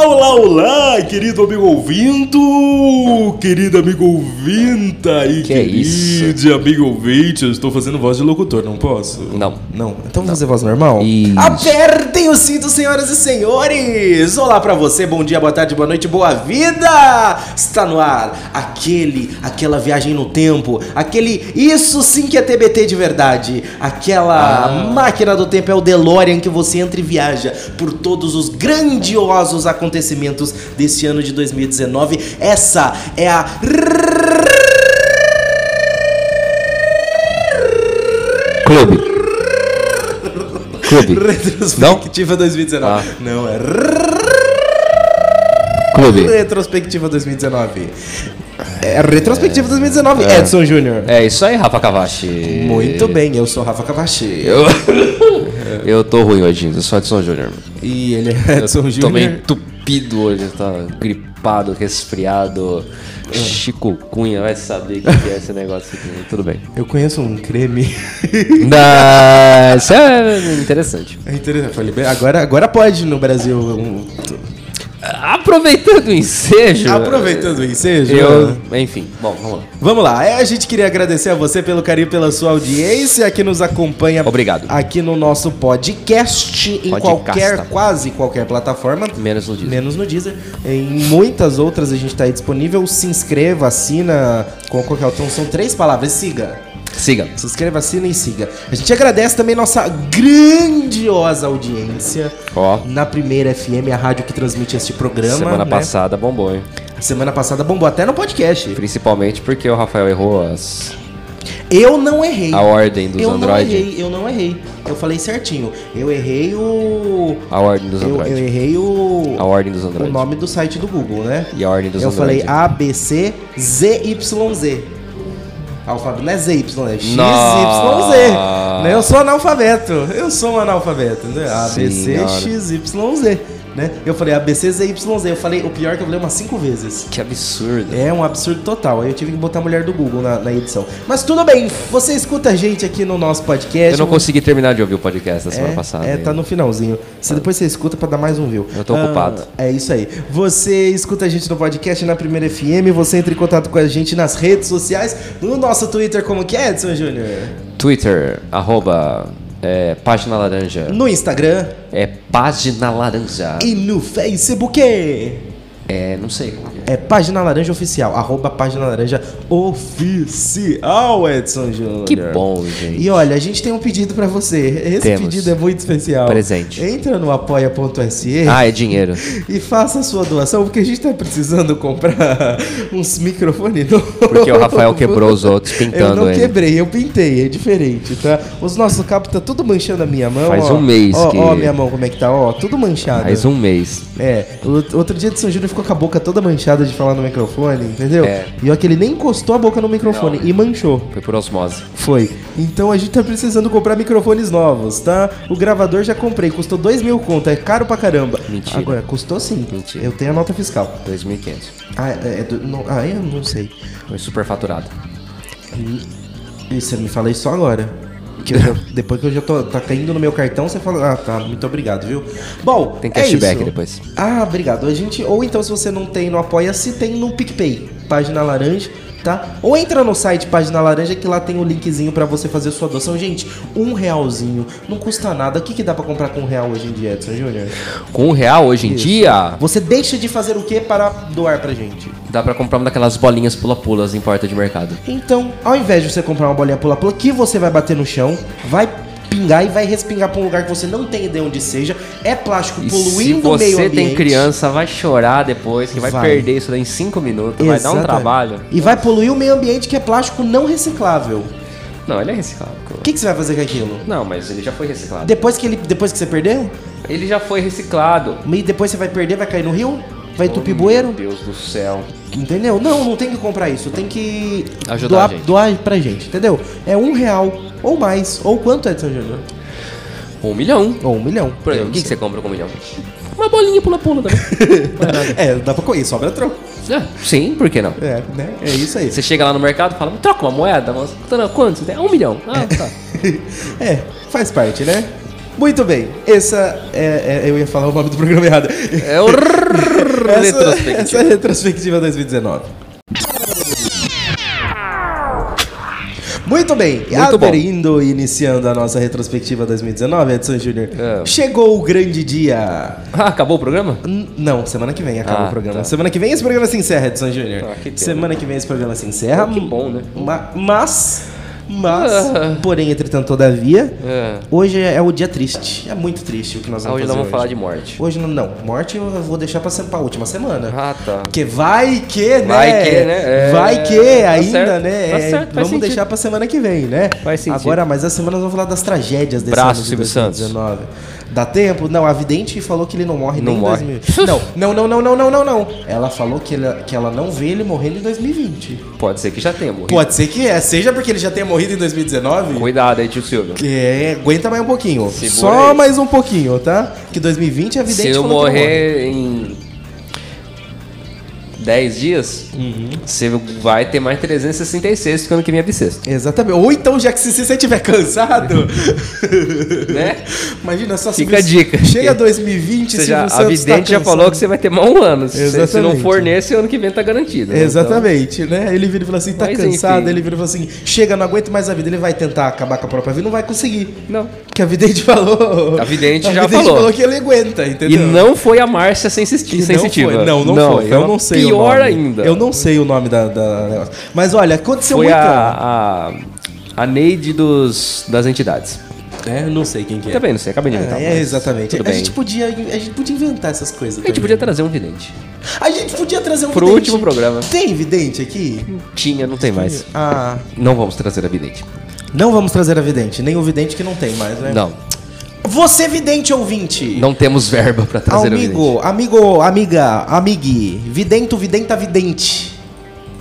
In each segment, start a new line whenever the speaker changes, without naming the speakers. Olá, querido amigo ouvindo, querido amigo ouvinta e
Que é
querido amigo ouvinte. Eu estou fazendo voz de locutor, não posso?
Não.
Não? Então vamos fazer voz normal?
Isso.
Apertem os cintos, senhoras e senhores! Olá pra você, bom dia, boa tarde, boa noite, boa vida! Está no ar aquele, aquela viagem no tempo, aquele isso sim que é TBT de verdade,
Ah.
aquela máquina do tempo é o DeLorean que você entra e viaja por todos os grandiosos acontecimentos desse ano de 2019. Essa é a
Clube. Clube.
Retrospectiva 2019.
Ah.
Não, é
Clube.
Retrospectiva 2019. É retrospectiva 2019, Edson Júnior.
É isso aí, Rafa Cavachi.
Muito bem, eu sou Rafa Cavachi.
Eu, eu tô ruim hoje, eu sou Edson Júnior.
E ele é Edson
Tô meio
Júnior.
entupido hoje, tá gripado, resfriado.
É.
Chico Cunha vai saber o que que é esse negócio aqui. Tudo bem.
Eu conheço um creme.
Não, isso é interessante.
É interessante. eu Falei, bem, agora, agora pode no Brasil. um-
Aproveitando o ensejo.
Aproveitando o ensejo. né?
Eu, enfim, bom, vamos lá.
Vamos lá, é, a gente queria agradecer a você pelo carinho, pela sua audiência que nos acompanha.
Obrigado.
Aqui no nosso podcast, tá em
Podcast.
qualquer, quase qualquer plataforma.
Menos no dia.
Menos no Deezer. Em muitas outras a gente tá aí disponível. Se inscreva, assina, com qualquer outro. São três palavras, siga.
Siga.
Se inscreva, assina e siga. A gente agradece também nossa grandiosa audiência
Ó.
na primeira FM, a rádio que transmite este programa.
Semana
né?
passada bombou, hein?
Semana passada bombou até no podcast.
Principalmente porque o Rafael errou as-
Eu não errei.
a ordem dos
eu não
Android.
errei, eu não errei. Eu falei certinho. Eu errei o.
A ordem dos
Eu, eu
Android.
errei o.
A ordem dos
o
Android.
nome do site do Google, né?
E a ordem dos
Eu
Android.
falei A, B, C, Z, Y, Z. Alfabeto não é Z, Y, é X, Y, Z.
Nossa.
Né? Eu sou analfabeto. Eu sou um analfabeto. Né? A, B, C,
Senhora.
X, Y, Z. Né? Eu falei A, B, C, Z, Y, Z. Eu falei, o pior é que eu falei umas cinco vezes.
Que absurdo.
É um absurdo total. Aí eu tive que botar a mulher do Google na, na edição. Mas tudo bem, você escuta a gente aqui no nosso podcast.
Eu não consegui terminar de ouvir o podcast da semana
um É,
passada.
É, tá
ainda.
no finalzinho. Você depois você escuta pra dar mais um view.
Eu tô ocupado.
É isso aí. Você escuta a gente no podcast na Primeira FM, você entra em contato com a gente nas redes sociais, no nosso Twitter, como que é, Edson Júnior?
Twitter, arroba, é, página laranja.
No Instagram
É página laranja.
e no Facebook.
É, não sei. como que é.
É Página Laranja Oficial, arroba Página Laranja Oficial, Edson Júnior.
Que bom, gente.
E olha, a gente tem um pedido pra você. Esse
Temos.
pedido é muito especial.
Presente.
Entra no apoia.se.
Ah, é dinheiro.
E faça a sua doação, porque a gente tá precisando comprar uns microfones novos.
Porque o Rafael quebrou os outros
Eu
pintando
não
ele.
quebrei, eu pintei, é diferente, tá? Os nossos cabos tá tudo manchando a minha mão.
Faz
ó.
um mês
Ó,
que-
ó, minha mão como é que tá, ó, tudo manchado.
Faz um mês.
É, o- outro dia de São Júnior ficou com a boca toda manchada de falar no microfone, entendeu?
É.
E olha que ele nem encostou a boca no microfone e manchou.
Foi por osmose.
Foi. Então a gente tá precisando comprar microfones novos, tá? O gravador já comprei, custou 2 mil conto, é caro pra caramba.
Mentira.
Agora, custou sim.
Mentira.
Eu tenho a nota fiscal.
2.500.
Ah, é, é do- não, ah, eu não sei.
Foi super faturado.
E Você me fala isso só agora. Que eu já- depois que eu já tô tá caindo no meu cartão, você fala, ah, tá, muito obrigado, viu? Bom,
Tem
é
cashback né?
isso.
depois.
Ah, obrigado. A gente, ou então se você não tem no Apoia-se, tem no PicPay, página laranja, tá? Ou entra no site Página Laranja que lá tem o linkzinho pra você fazer sua doação. Gente, um realzinho não custa nada. O que, que dá pra comprar com um real hoje em dia, Edson Júnior?
Com um real hoje em dia,
Você deixa de fazer o que para doar pra gente?
Dá pra comprar uma daquelas bolinhas pula-pulas em porta de mercado.
Então, ao invés de você comprar uma bolinha pula-pula, que você vai bater no chão, vai pingar e vai respingar pra um lugar que você não tem ideia onde seja, é plástico
E se
poluindo o meio
você
ambiente.
tem criança, vai chorar depois, que vai,
Vai.
perder isso daí em 5 minutos, vai dar um
Exatamente.
trabalho.
E vai poluir o meio ambiente que é plástico não reciclável.
Não, ele é reciclado.
O que, que você vai fazer com aquilo?
Não, mas ele já foi reciclado.
Depois que, ele, depois que você perdeu?
Ele já foi reciclado.
E depois você vai perder, vai cair no rio? Vai entupir
Oh,
bueiro?
Meu Deus do céu.
Entendeu? Não, não tem que comprar isso. Tem que
Ajudar
doar,
a gente.
doar pra gente, entendeu? É um real ou mais. Ou quanto é, Edson Júnior?
Um milhão.
Ou um milhão.
Por exemplo, o que, que você compra com um milhão? Uma bolinha pula-pula também.
É, dá pra correr, sobra troco.
É, sim, por que não?
É, né? É isso aí.
Você chega lá no mercado e fala, troca uma moeda, moça. Tá, Quanto? você tem? Um milhão. Ah, tá.
é, faz parte, né? Muito bem, essa é, é- Eu ia falar o nome do programa errado.
É o... Vamos retrospectiva.
Essa é a retrospectiva 2019. Muito bem,
Muito bom.
abrindo e iniciando a nossa retrospectiva 2019, Edson Júnior.
É.
Chegou o grande dia.
Ah, acabou o programa?
N- Não, semana que vem acaba
Ah,
o programa.
tá.
Semana que vem esse programa se encerra, Edson Júnior.
Ah, que pena.
semana que vem esse programa se encerra.
Pô, que bom, né?
Ma- mas, mas,
Ah.
porém, entretanto, todavia,
É.
hoje é é o dia triste. É muito triste o que nós
Ah,
vamos
hoje
fazer
nós vamos
hoje.
falar de morte.
Hoje não, não. Morte eu vou deixar pra, se- pra última semana.
Ah, tá.
Porque vai que, né?
Vai que, né? É,
Vai que
tá
ainda,
certo,
né?
tá
É,
certo, faz
Vamos
sentido.
deixar pra semana que vem, né?
Faz sentido.
Agora, mas essa semana nós vamos falar das tragédias desse
Braço,
ano de
Silvio Santos.
2019. Dá tempo? Não, a vidente falou que ele não morre
Não
nem
morre.
em 2000. Não, não, não, não, não, não, não, não. Ela falou que ela, que ela não vê ele morrendo em 2020.
Pode ser que já tenha morrido.
Pode ser que é, seja porque ele já tenha morrido em 2019.
Cuidado aí, tio Silvio.
que É, aguenta mais um pouquinho.
Segura
Só
aí.
mais um pouquinho, tá? Que 2020 a vidente
Se eu
falou que não morre.
morrer em 10 dias,
Uhum.
você vai ter mais 366 do que ano que vem é bissexto,
Exatamente. Ou então, já que se se você estiver cansado,
né?
imagina só se
Fica a dica.
Chega 2020,
Ou
se
seja, a
você tá
vidente já falou que você vai ter mais um ano. Se- Se
Exatamente.
não for nesse, ano que vem tá garantido. né?
Exatamente, né? Ele vira e fala assim, tá
Mas,
cansado,
enfim.
ele vira e fala assim, chega, não aguento mais a vida. Ele vai tentar acabar com a própria vida, não vai conseguir.
Então, não.
Que a vidente falou.
A vidente já
falou.
falou.
que ele aguenta,
E
entendeu?
não foi a Márcia sensitiva. é
Que não, foi. não, não, foi. Eu não sei o
Pior
nome.
ainda.
Eu não sei o nome da, da negócio. Mas olha, aconteceu
Foi
muito.
a, a, a Neide dos, das entidades.
É, eu não sei quem que é.
Também não sei, acabei de inventar.
Ah, é,
Tá então, mas
exatamente.
Tudo
A
bem.
gente, podia, a gente podia inventar essas coisas.
A gente
também.
podia trazer um vidente.
A gente podia trazer um
Pro
vidente.
último programa.
Tem vidente aqui?
Tinha, não tem mais.
Ah,
Não vamos trazer a vidente.
não vamos trazer a vidente, nem o vidente que não tem mais, né?
Não.
Você vidente ouvinte.
Não temos verba pra trazer a vidente.
Amigo, amigo, amiga, amigue, vidento, videnta, vidente.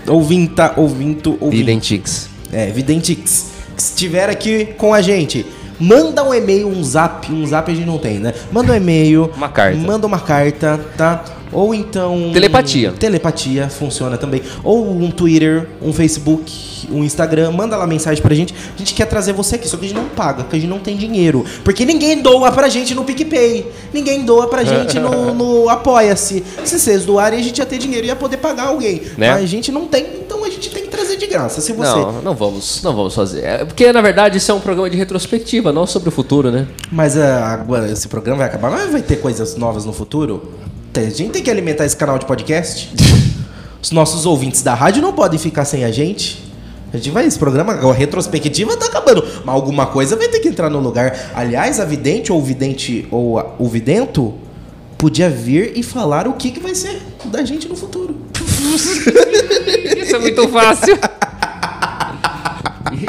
Ouvinta, ouvinto, ouvinte.
Videntix.
É, videntix. Que estiver aqui com a gente. Manda um e-mail, um zap, um zap a gente não tem, né? Manda um e-mail.
Uma carta.
Manda uma carta, tá? Ou então.
Telepatia.
Telepatia funciona também. Ou um Twitter, um Facebook, um Instagram. Manda lá mensagem pra gente. A gente quer trazer você aqui, só que a gente não paga, porque a gente não tem dinheiro. Porque ninguém doa pra gente no PicPay. Ninguém doa pra gente no, no Apoia-se. Se vocês doarem, a gente ia ter dinheiro e ia poder pagar alguém.
Né?
Mas a gente não tem, então a gente tem que trazer de graça. Se você.
Não, não vamos, não vamos fazer. É, Porque, na verdade, isso é um programa de retrospectiva, não sobre o futuro, né?
Mas ah, agora esse programa vai acabar, mas vai ter coisas novas no futuro? Tem- A gente tem que alimentar esse canal de podcast. Os nossos ouvintes da rádio não podem ficar sem a gente. A gente vai, esse programa, a retrospectiva tá acabando. Mas alguma coisa vai ter que entrar no lugar. Aliás, a vidente ou o vidente ou a- o vidento podia vir e falar o que, que vai ser da gente no futuro.
Isso é muito fácil.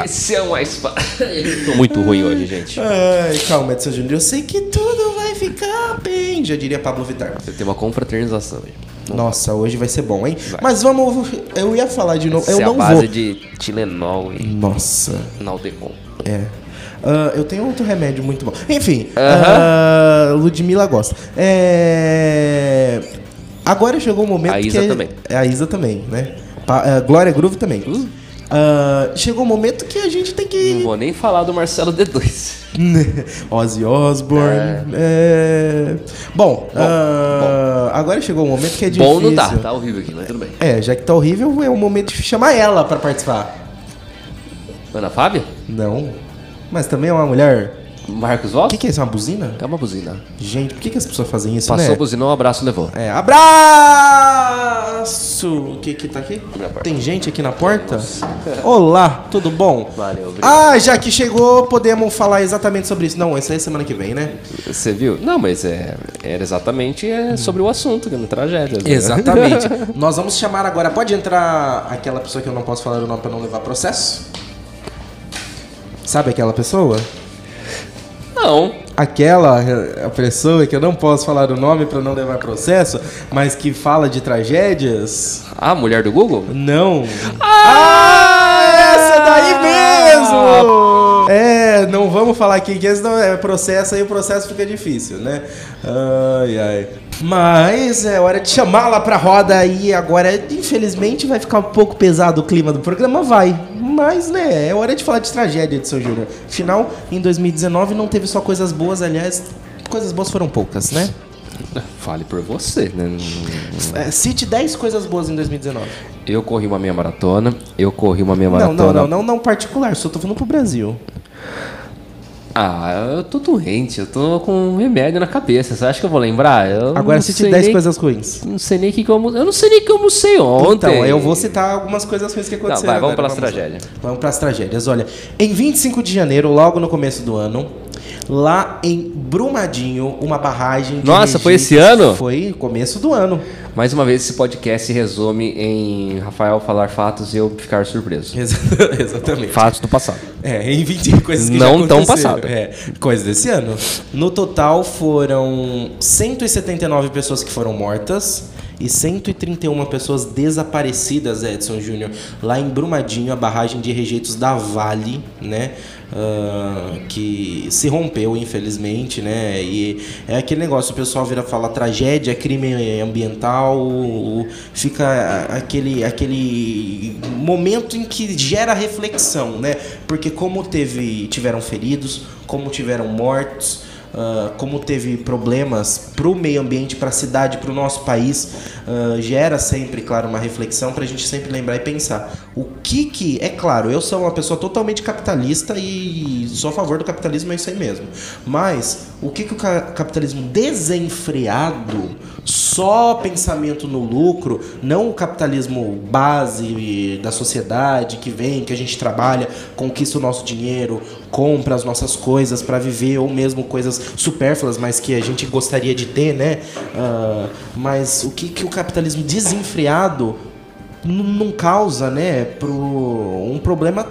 Esse é o mais fácil. Tô muito ruim hoje, gente.
Ai, calma, Edson Júnior. Eu sei que tudo vai ficar bem, já diria Pablo Vittar.
Eu tenho uma confraternização hoje.
Nossa, hoje vai ser bom, hein? Mas vamos. Eu ia falar de novo.
Essa
Eu
é
não
a base
vou.
de Tilenol e
Nossa,
Naldecon.
é. Ah, eu tenho outro remédio muito bom. Enfim, ah, Ludmilla gosta. É... Agora chegou o momento
A
que.
Isa também. Uh.
É, a Isa também, né? Pa- ah, Glória Groove também. Ah, chegou o momento que a gente tem
Não
que.
vou nem falar do Marcelo D2.
Ozzy Osbourne. é. Bom, ah, agora chegou o momento que é difícil.
Bom não tá, tá horrível aqui, mas tudo bem.
É, já que tá horrível, é o momento de chamar ela pra participar.
Ana Fábia?
Não. Mas também é uma mulher.
Marcos
O
Vaz?
que, que é isso? Uma buzina?
É uma buzina.
Gente, por que, que as pessoas fazem isso,
Passou
né?
a buzina, um abraço levou.
É, abraço! O que que tá aqui?
Abre a porta.
Tem gente aqui na porta? Olá, tudo bom?
Valeu, obrigado.
Ah, já que chegou, podemos falar exatamente sobre isso. Não, isso aí é semana que vem, né?
Você viu? Não, mas é, era exatamente é, sobre o assunto, que é uma tragédia. né?
Exatamente. Nós vamos chamar agora. Pode entrar aquela pessoa que eu não posso falar o nome pra não levar processo? Sabe aquela pessoa?
não.
Aquela eh, a pessoa que eu não posso falar o nome pra não levar processo, mas que fala de tragédias?
A mulher do Google?
Não.
Ah,
Essa daí mesmo! É, não vamos falar quem que é, senão é processo, aí o processo fica difícil, né? Ai, ai. Mas é hora de chamá-la pra roda e agora, infelizmente, vai ficar um pouco pesado o clima do programa, vai. Mas, né, é hora de falar de tragédia de seu Júnior. Afinal, em 2019 não teve só coisas boas, aliás, coisas boas foram poucas, né?
Fale por você, né? Não-
É, cite 10 coisas boas em 2019.
Eu corri uma meia maratona, eu corri uma meia
Não,
maratona.
não, não, não, não particular, só tô falando pro Brasil.
Ah, eu tô doente, eu tô com um remédio na cabeça. Você acha que eu vou lembrar? Eu
Agora
não
cite
sei
10
nem-
coisas ruins.
Não sei nem o que, que eu almocei. Eu não sei nem o que eu almocei ontem.
Então, eu vou citar algumas coisas ruins que aconteceram.
vai, vamos
agora,
pelas tragédias.
Vamos pras tragédias. Olha, em 25 de janeiro, logo no começo do ano, lá em Brumadinho, uma barragem. de
Nossa, foi
registro-
esse ano?
Foi começo do ano.
Mais uma vez, esse podcast se resume em Rafael falar fatos e eu ficar surpreso.
Exa- Exatamente.
Fatos do passado.
É, em 20 coisas que
Não
já
tão
aconteceram.
passado.
É, coisas desse ano. No total foram 179 pessoas que foram mortas e 131 pessoas desaparecidas, Edson Júnior. Lá em Brumadinho, a barragem de rejeitos da Vale, né? ah, que se rompeu, infelizmente, né? E é aquele negócio, o pessoal vira falar tragédia, crime ambiental, o- fica a- aquele, aquele momento em que gera reflexão, né? Porque como teve tiveram feridos, como tiveram mortos, ah, como teve problemas para o meio ambiente, para a cidade, para o nosso país, ah, gera sempre, claro, uma reflexão para a gente sempre lembrar e pensar o que que é claro. Eu sou uma pessoa totalmente capitalista e sou a favor do capitalismo é isso aí mesmo. Mas o que que o ca- capitalismo desenfreado, só pensamento no lucro, não o capitalismo base da sociedade que vem, que a gente trabalha, conquista o nosso dinheiro, compra as nossas coisas para viver ou mesmo coisas supérfluas, mas que a gente gostaria de ter, né? Ah, mas o que que o capitalismo desenfreado n- não causa, né, pro um problema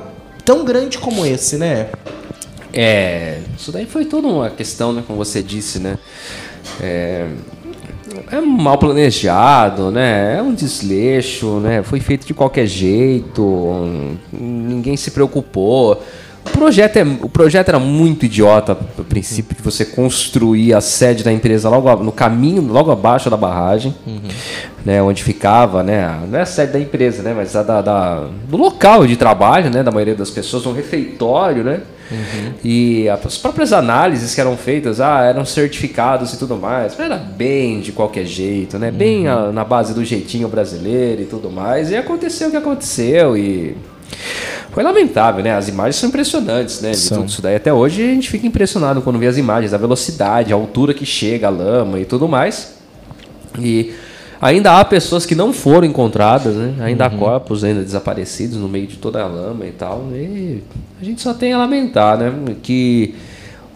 tão grande como esse, né?
É, isso daí foi toda uma questão, né, como você disse, né? É, é mal planejado, né? É um desleixo, né? Foi feito de qualquer jeito, hum, ninguém se preocupou. O projeto, é, o projeto era muito idiota, a princípio, de você construir a sede da empresa logo a- no caminho, logo abaixo da barragem, né? Onde ficava, né? a- Não é a sede da empresa, né? Mas a da, da- do local de trabalho, né? Da maioria das pessoas, um refeitório, né? E a- as próprias análises que eram feitas, ah, eram certificados e tudo mais. Era bem de qualquer jeito, né? Bem ah, na base do jeitinho brasileiro e tudo mais. E aconteceu o que aconteceu e foi lamentável, né? As imagens são impressionantes, né? De tudo isso daí. Até hoje a gente fica impressionado quando vê as imagens, a velocidade, a altura que chega, a lama e tudo mais. E ainda há pessoas que não foram encontradas, né? Ainda há corpos ainda desaparecidos no meio de toda a lama e tal. E a gente só tem a lamentar, né? Que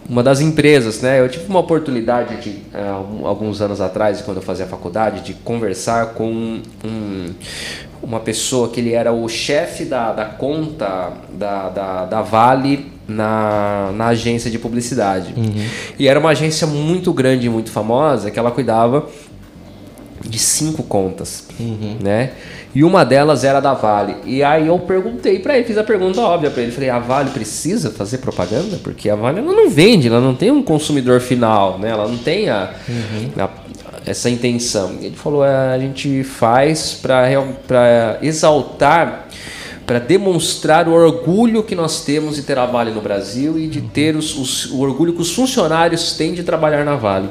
uma das empresas, né? Eu tive uma oportunidade de eh, algum- alguns anos atrás, quando eu fazia faculdade, de conversar com um- uma pessoa que ele era o chefe da, da conta da, da, da Vale na, na agência de publicidade. E era uma agência muito grande e muito famosa que ela cuidava de cinco contas, né? E uma delas era da Vale. E aí eu perguntei pra ele, fiz a pergunta óbvia pra ele, falei: "A Vale precisa fazer propaganda? Porque a Vale ela não vende, ela não tem um consumidor final, né? Ela não tem a, a- essa intenção". Ele falou: "É, "A gente faz pra real- pra exaltar para demonstrar o orgulho que nós temos de ter a Vale no Brasil e de ter os- os- o orgulho que os funcionários têm de trabalhar na Vale.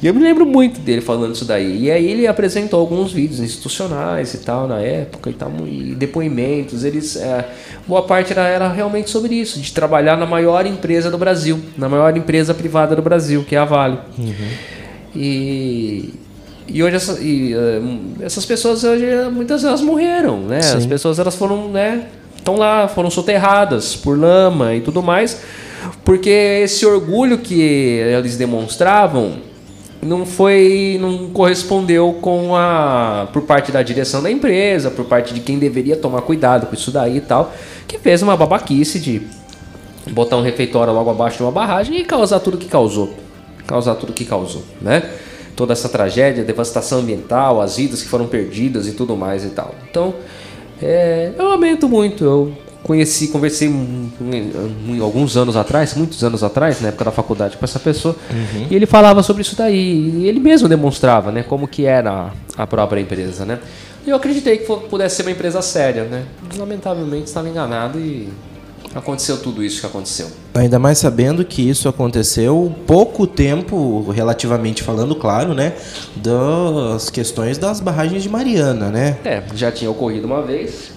E eu me lembro muito dele falando isso daí. E aí ele apresentou alguns vídeos institucionais e tal na época e tal, e depoimentos. Eles, é, boa parte era, era realmente sobre isso, de trabalhar na maior empresa do Brasil, na maior empresa privada do Brasil, que é a Vale. E, e hoje essa- e, eh, essas pessoas hoje muitas delas morreram, né? As pessoas elas foram, né? Estão lá, foram soterradas por lama e tudo mais, porque esse orgulho que eles demonstravam não foi não correspondeu com a por parte da direção da empresa por parte de quem deveria tomar cuidado com isso daí e tal que fez uma babaquice de botar um refeitório logo abaixo de uma barragem e causar tudo que causou causar tudo que causou né toda essa tragédia devastação ambiental as vidas que foram perdidas e tudo mais e tal então é, eu lamento muito eu conheci conversei um- um- um- alguns anos atrás muitos anos atrás na época da faculdade com essa pessoa e ele falava sobre isso daí e ele mesmo demonstrava né como que era a própria empresa né e eu acreditei que fo- pudesse ser uma empresa séria né lamentavelmente estava enganado e aconteceu tudo isso que aconteceu.
Ainda mais sabendo que isso aconteceu pouco tempo, relativamente falando, claro, né? Das questões das barragens de Mariana, né?
É, já tinha ocorrido uma vez,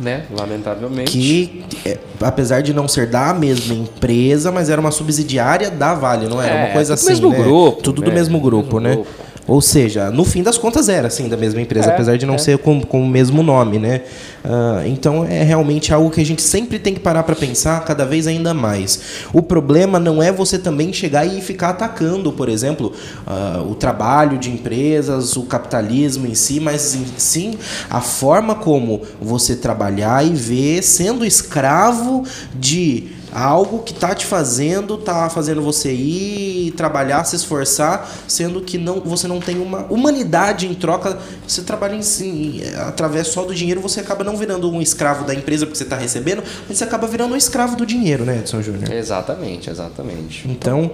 né? Lamentavelmente.
Que, é, apesar de não ser da mesma empresa, mas era uma subsidiária da Vale, não era?
É,
uma coisa
do
assim,
mesmo
né?
grupo,
Tudo do
né?
mesmo grupo,
Mesmo
né?
grupo.
Ou seja, no fim das contas era, assim, da mesma empresa,
É,
apesar de não
é.
ser com, com o mesmo nome, né? Ah, então é realmente algo que a gente sempre tem que parar para pensar cada vez ainda mais. O problema não é você também chegar e ficar atacando, por exemplo, ah, o trabalho de empresas, o capitalismo em si, mas em- sim a forma como você trabalhar e ver sendo escravo de algo que tá te fazendo, tá fazendo você ir trabalhar, se esforçar, sendo que não você não tem uma humanidade em troca. Você trabalha em si, através só do dinheiro, você acaba não virando um escravo da empresa porque você tá recebendo, mas você acaba virando um escravo do dinheiro, né, Edson Júnior?
Exatamente, exatamente.
Então,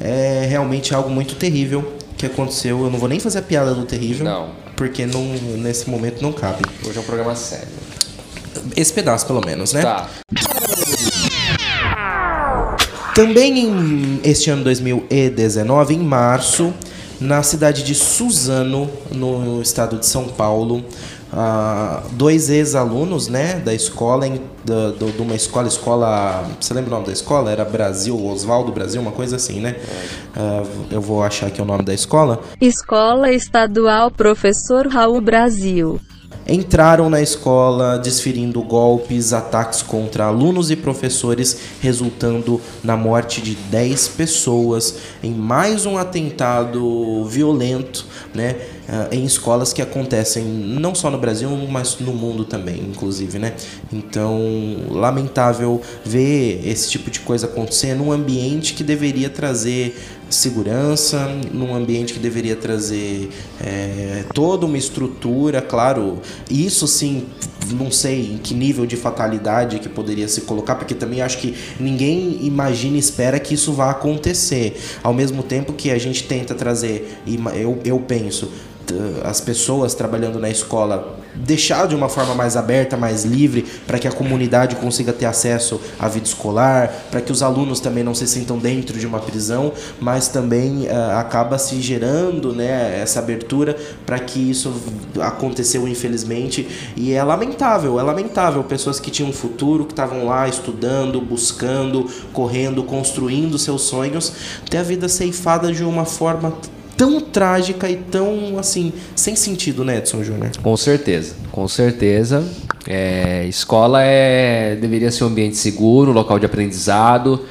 é realmente algo muito terrível que aconteceu. Eu não vou nem fazer a piada do terrível,
Não.
porque não, nesse momento não cabe.
Hoje é um programa sério.
Esse pedaço, pelo menos, né?
Tá.
Também em este ano 2019, em março, na cidade de Suzano, no estado de São Paulo, ah, dois ex-alunos né, da escola, em- da- do- de uma escola, escola. Você lembra o nome da escola? Era Brasil, Oswaldo Brasil, uma coisa assim, né? Ah, eu vou achar aqui o nome da escola.
Escola Estadual Professor Raul Brasil.
entraram na escola desferindo golpes, ataques contra alunos e professores, resultando na morte de 10 pessoas em mais um atentado violento, né, ah, em escolas que acontecem não só no Brasil, mas no mundo também, inclusive, né? Então, lamentável ver esse tipo de coisa acontecer num ambiente que deveria trazer segurança, num ambiente que deveria trazer é, toda uma estrutura, claro, isso sim, não sei em que nível de fatalidade que poderia se colocar, porque também acho que ninguém imagina e espera que isso vá acontecer. Ao mesmo tempo que a gente tenta trazer, ima- eu, eu penso, t- as pessoas trabalhando na escola deixar de uma forma mais aberta, mais livre, para que a comunidade consiga ter acesso à vida escolar, para que os alunos também não se sintam dentro de uma prisão, mas também ah, acaba se gerando né, essa abertura para que isso aconteceu, infelizmente. E é lamentável, é lamentável. Pessoas que tinham um futuro, que estavam lá estudando, buscando, correndo, construindo seus sonhos, ter a vida ceifada de uma forma tão trágica e tão, assim, sem sentido, né, Edson Júnior?
Com certeza, com certeza. É, escola é, deveria ser um ambiente seguro, um local de aprendizado.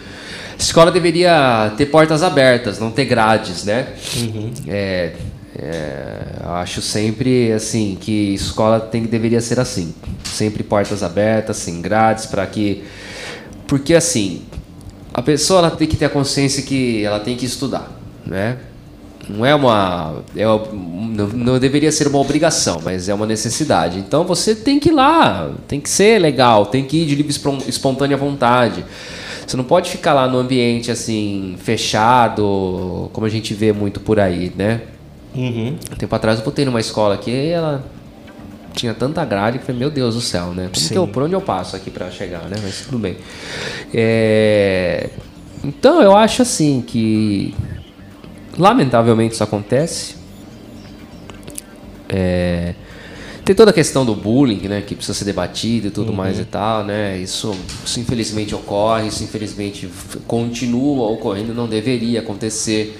Escola deveria ter portas abertas, não ter grades, né? É, é, eu acho sempre assim que escola tem que deveria ser assim, sempre portas abertas, sem grades, para que porque assim a pessoa ela tem que ter a consciência que ela tem que estudar, né? Não é uma. É, uma- não, não deveria ser uma obrigação, mas é uma necessidade. Então você tem que ir lá, tem que ser legal, tem que ir de livre espon- espontânea vontade. Você não pode ficar lá no ambiente assim, fechado, como a gente vê muito por aí, né?
Uhum.
Um tempo atrás eu botei numa escola aqui e ela tinha tanta grade que eu falei, meu Deus do céu, né? Como que eu- por onde eu passo aqui pra chegar, né? Mas tudo bem. É, Então eu acho assim que lamentavelmente isso acontece. É, Tem toda a questão do bullying, né? Que precisa ser debatido e tudo mais e tal, né? Isso, isso infelizmente ocorre, isso infelizmente f- continua ocorrendo, não deveria acontecer.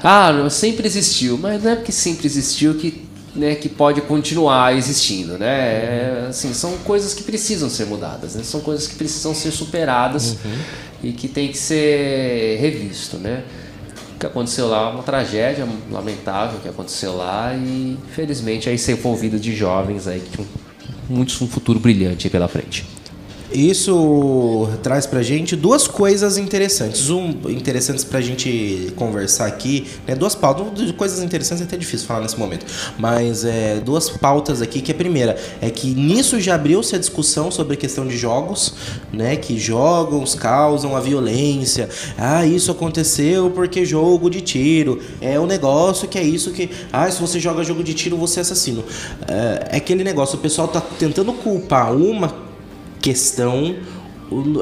Ah, não, sempre existiu, mas não é porque sempre existiu que, né, que pode continuar existindo, né? É, assim, são coisas que precisam ser mudadas, né? São coisas que precisam ser superadas e que tem que ser revisto, né? O que aconteceu lá é uma tragédia lamentável que aconteceu lá e infelizmente aí ser envolvido de jovens aí que tinham muitos um futuro brilhante aí pela frente.
Isso traz pra gente duas coisas interessantes. Um, interessantes pra gente conversar aqui, né? Duas pautas, duas coisas interessantes é até difícil falar nesse momento. Mas é, duas pautas aqui, que a primeira é que nisso já abriu-se a discussão sobre a questão de jogos, né? Que jogos causam a violência. Ah, isso aconteceu porque jogo de tiro. É o negócio que é isso que. Ah, se você joga jogo de tiro, você é assassino. É, é aquele negócio, o pessoal tá tentando culpar uma questão.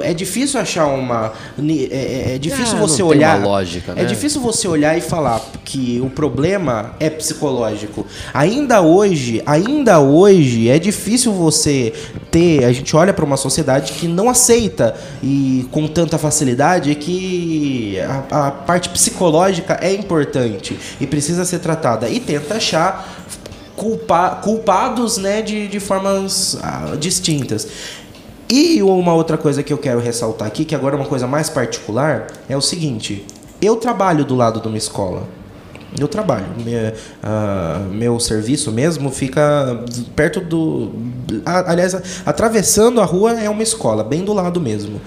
É difícil achar uma. ni- É, é- é difícil
Ah,
você
não tem
olhar.
uma lógica,
É
né?
difícil você olhar e falar que o problema é psicológico. Ainda hoje, ainda hoje é difícil você ter. A gente olha para uma sociedade que não aceita e com tanta facilidade que a, a parte psicológica é importante e precisa ser tratada e tenta achar culpa, culpados, né, de, de formas ah, distintas. E uma outra coisa que eu quero ressaltar aqui, que agora é uma coisa mais particular, é o seguinte: eu trabalho do lado de uma escola. Eu trabalho. Me- ah, meu serviço mesmo fica perto do. a- aliás, a- atravessando a rua é uma escola, bem do lado mesmo.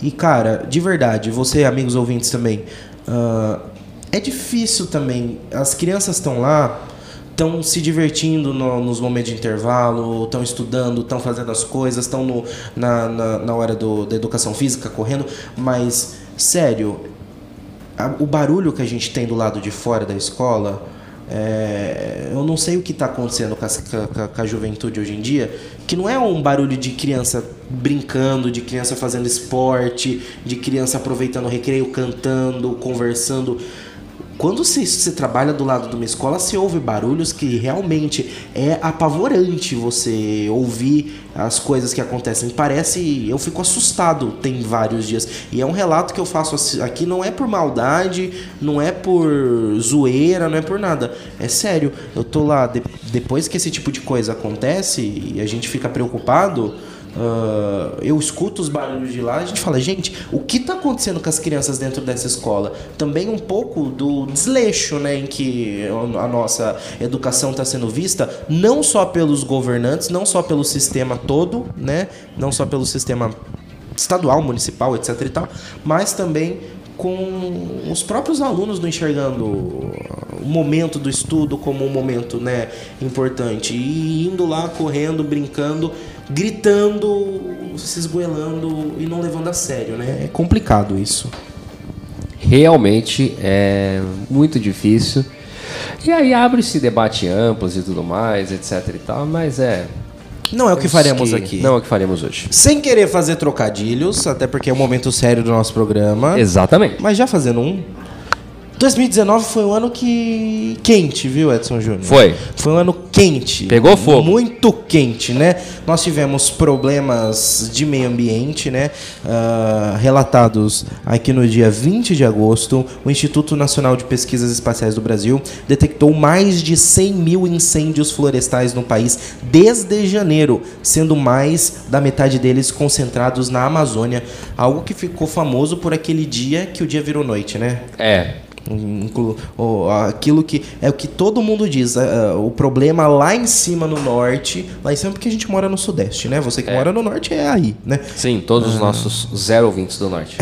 E, cara, de verdade, você, amigos ouvintes também, ah, é difícil também. As crianças estão lá estão se divertindo no- nos momentos de intervalo, estão estudando, estão fazendo as coisas, estão na, na, na hora do- da educação física correndo, mas sério, a- o barulho que a gente tem do lado de fora da escola, é, eu não sei o que está acontecendo com, essa- com a- com a- com a juventude hoje em dia, que não é um barulho de criança brincando, de criança fazendo esporte, de criança aproveitando o recreio, cantando, conversando. Quando se, se trabalha do lado de uma escola, se ouve barulhos que realmente é apavorante você ouvir as coisas que acontecem. Parece. Eu fico assustado, tem vários dias. E é um relato que eu faço assi- aqui, não é por maldade, não é por zoeira, não é por nada. É sério, eu tô lá, de- depois que esse tipo de coisa acontece e a gente fica preocupado. Ah, eu escuto os barulhos de lá, a gente fala, gente, o que está acontecendo com as crianças dentro dessa escola? Também um pouco do desleixo né, em que a nossa educação está sendo vista, não só pelos governantes, não só pelo sistema todo, né, não só pelo sistema estadual, municipal, etc. e tal, mas também com os próprios alunos não enxergando o momento do estudo como um momento né, importante e indo lá correndo, brincando, gritando, se esgoelando e não levando a sério, né? É complicado isso.
realmente é muito difícil. E aí abre-se debate amplos e tudo mais, etc e tal, mas é...
Não é o que
temos
faremos aqui.
Não é o que faremos hoje.
Sem querer fazer trocadilhos, até porque é um momento sério do nosso programa.
Exatamente.
Mas já fazendo um. 2019 foi um ano que. quente, viu, Edson Júnior?
Foi.
Foi um ano quente.
Pegou fogo.
Muito quente, né? Nós tivemos problemas de meio ambiente, né? Ah, relatados aqui no dia 20 de agosto. O Instituto Nacional de Pesquisas Espaciais do Brasil detectou mais de 100 mil incêndios florestais no país desde janeiro, sendo mais da metade deles concentrados na Amazônia. Algo que ficou famoso por aquele dia que o dia virou noite, né?
É.
Inclu- o- aquilo que é o que todo mundo diz a- a- o problema lá em cima no norte lá em cima porque a gente mora no sudeste né você que mora no norte é aí né
Sim, todos os nossos zero ouvintes do norte.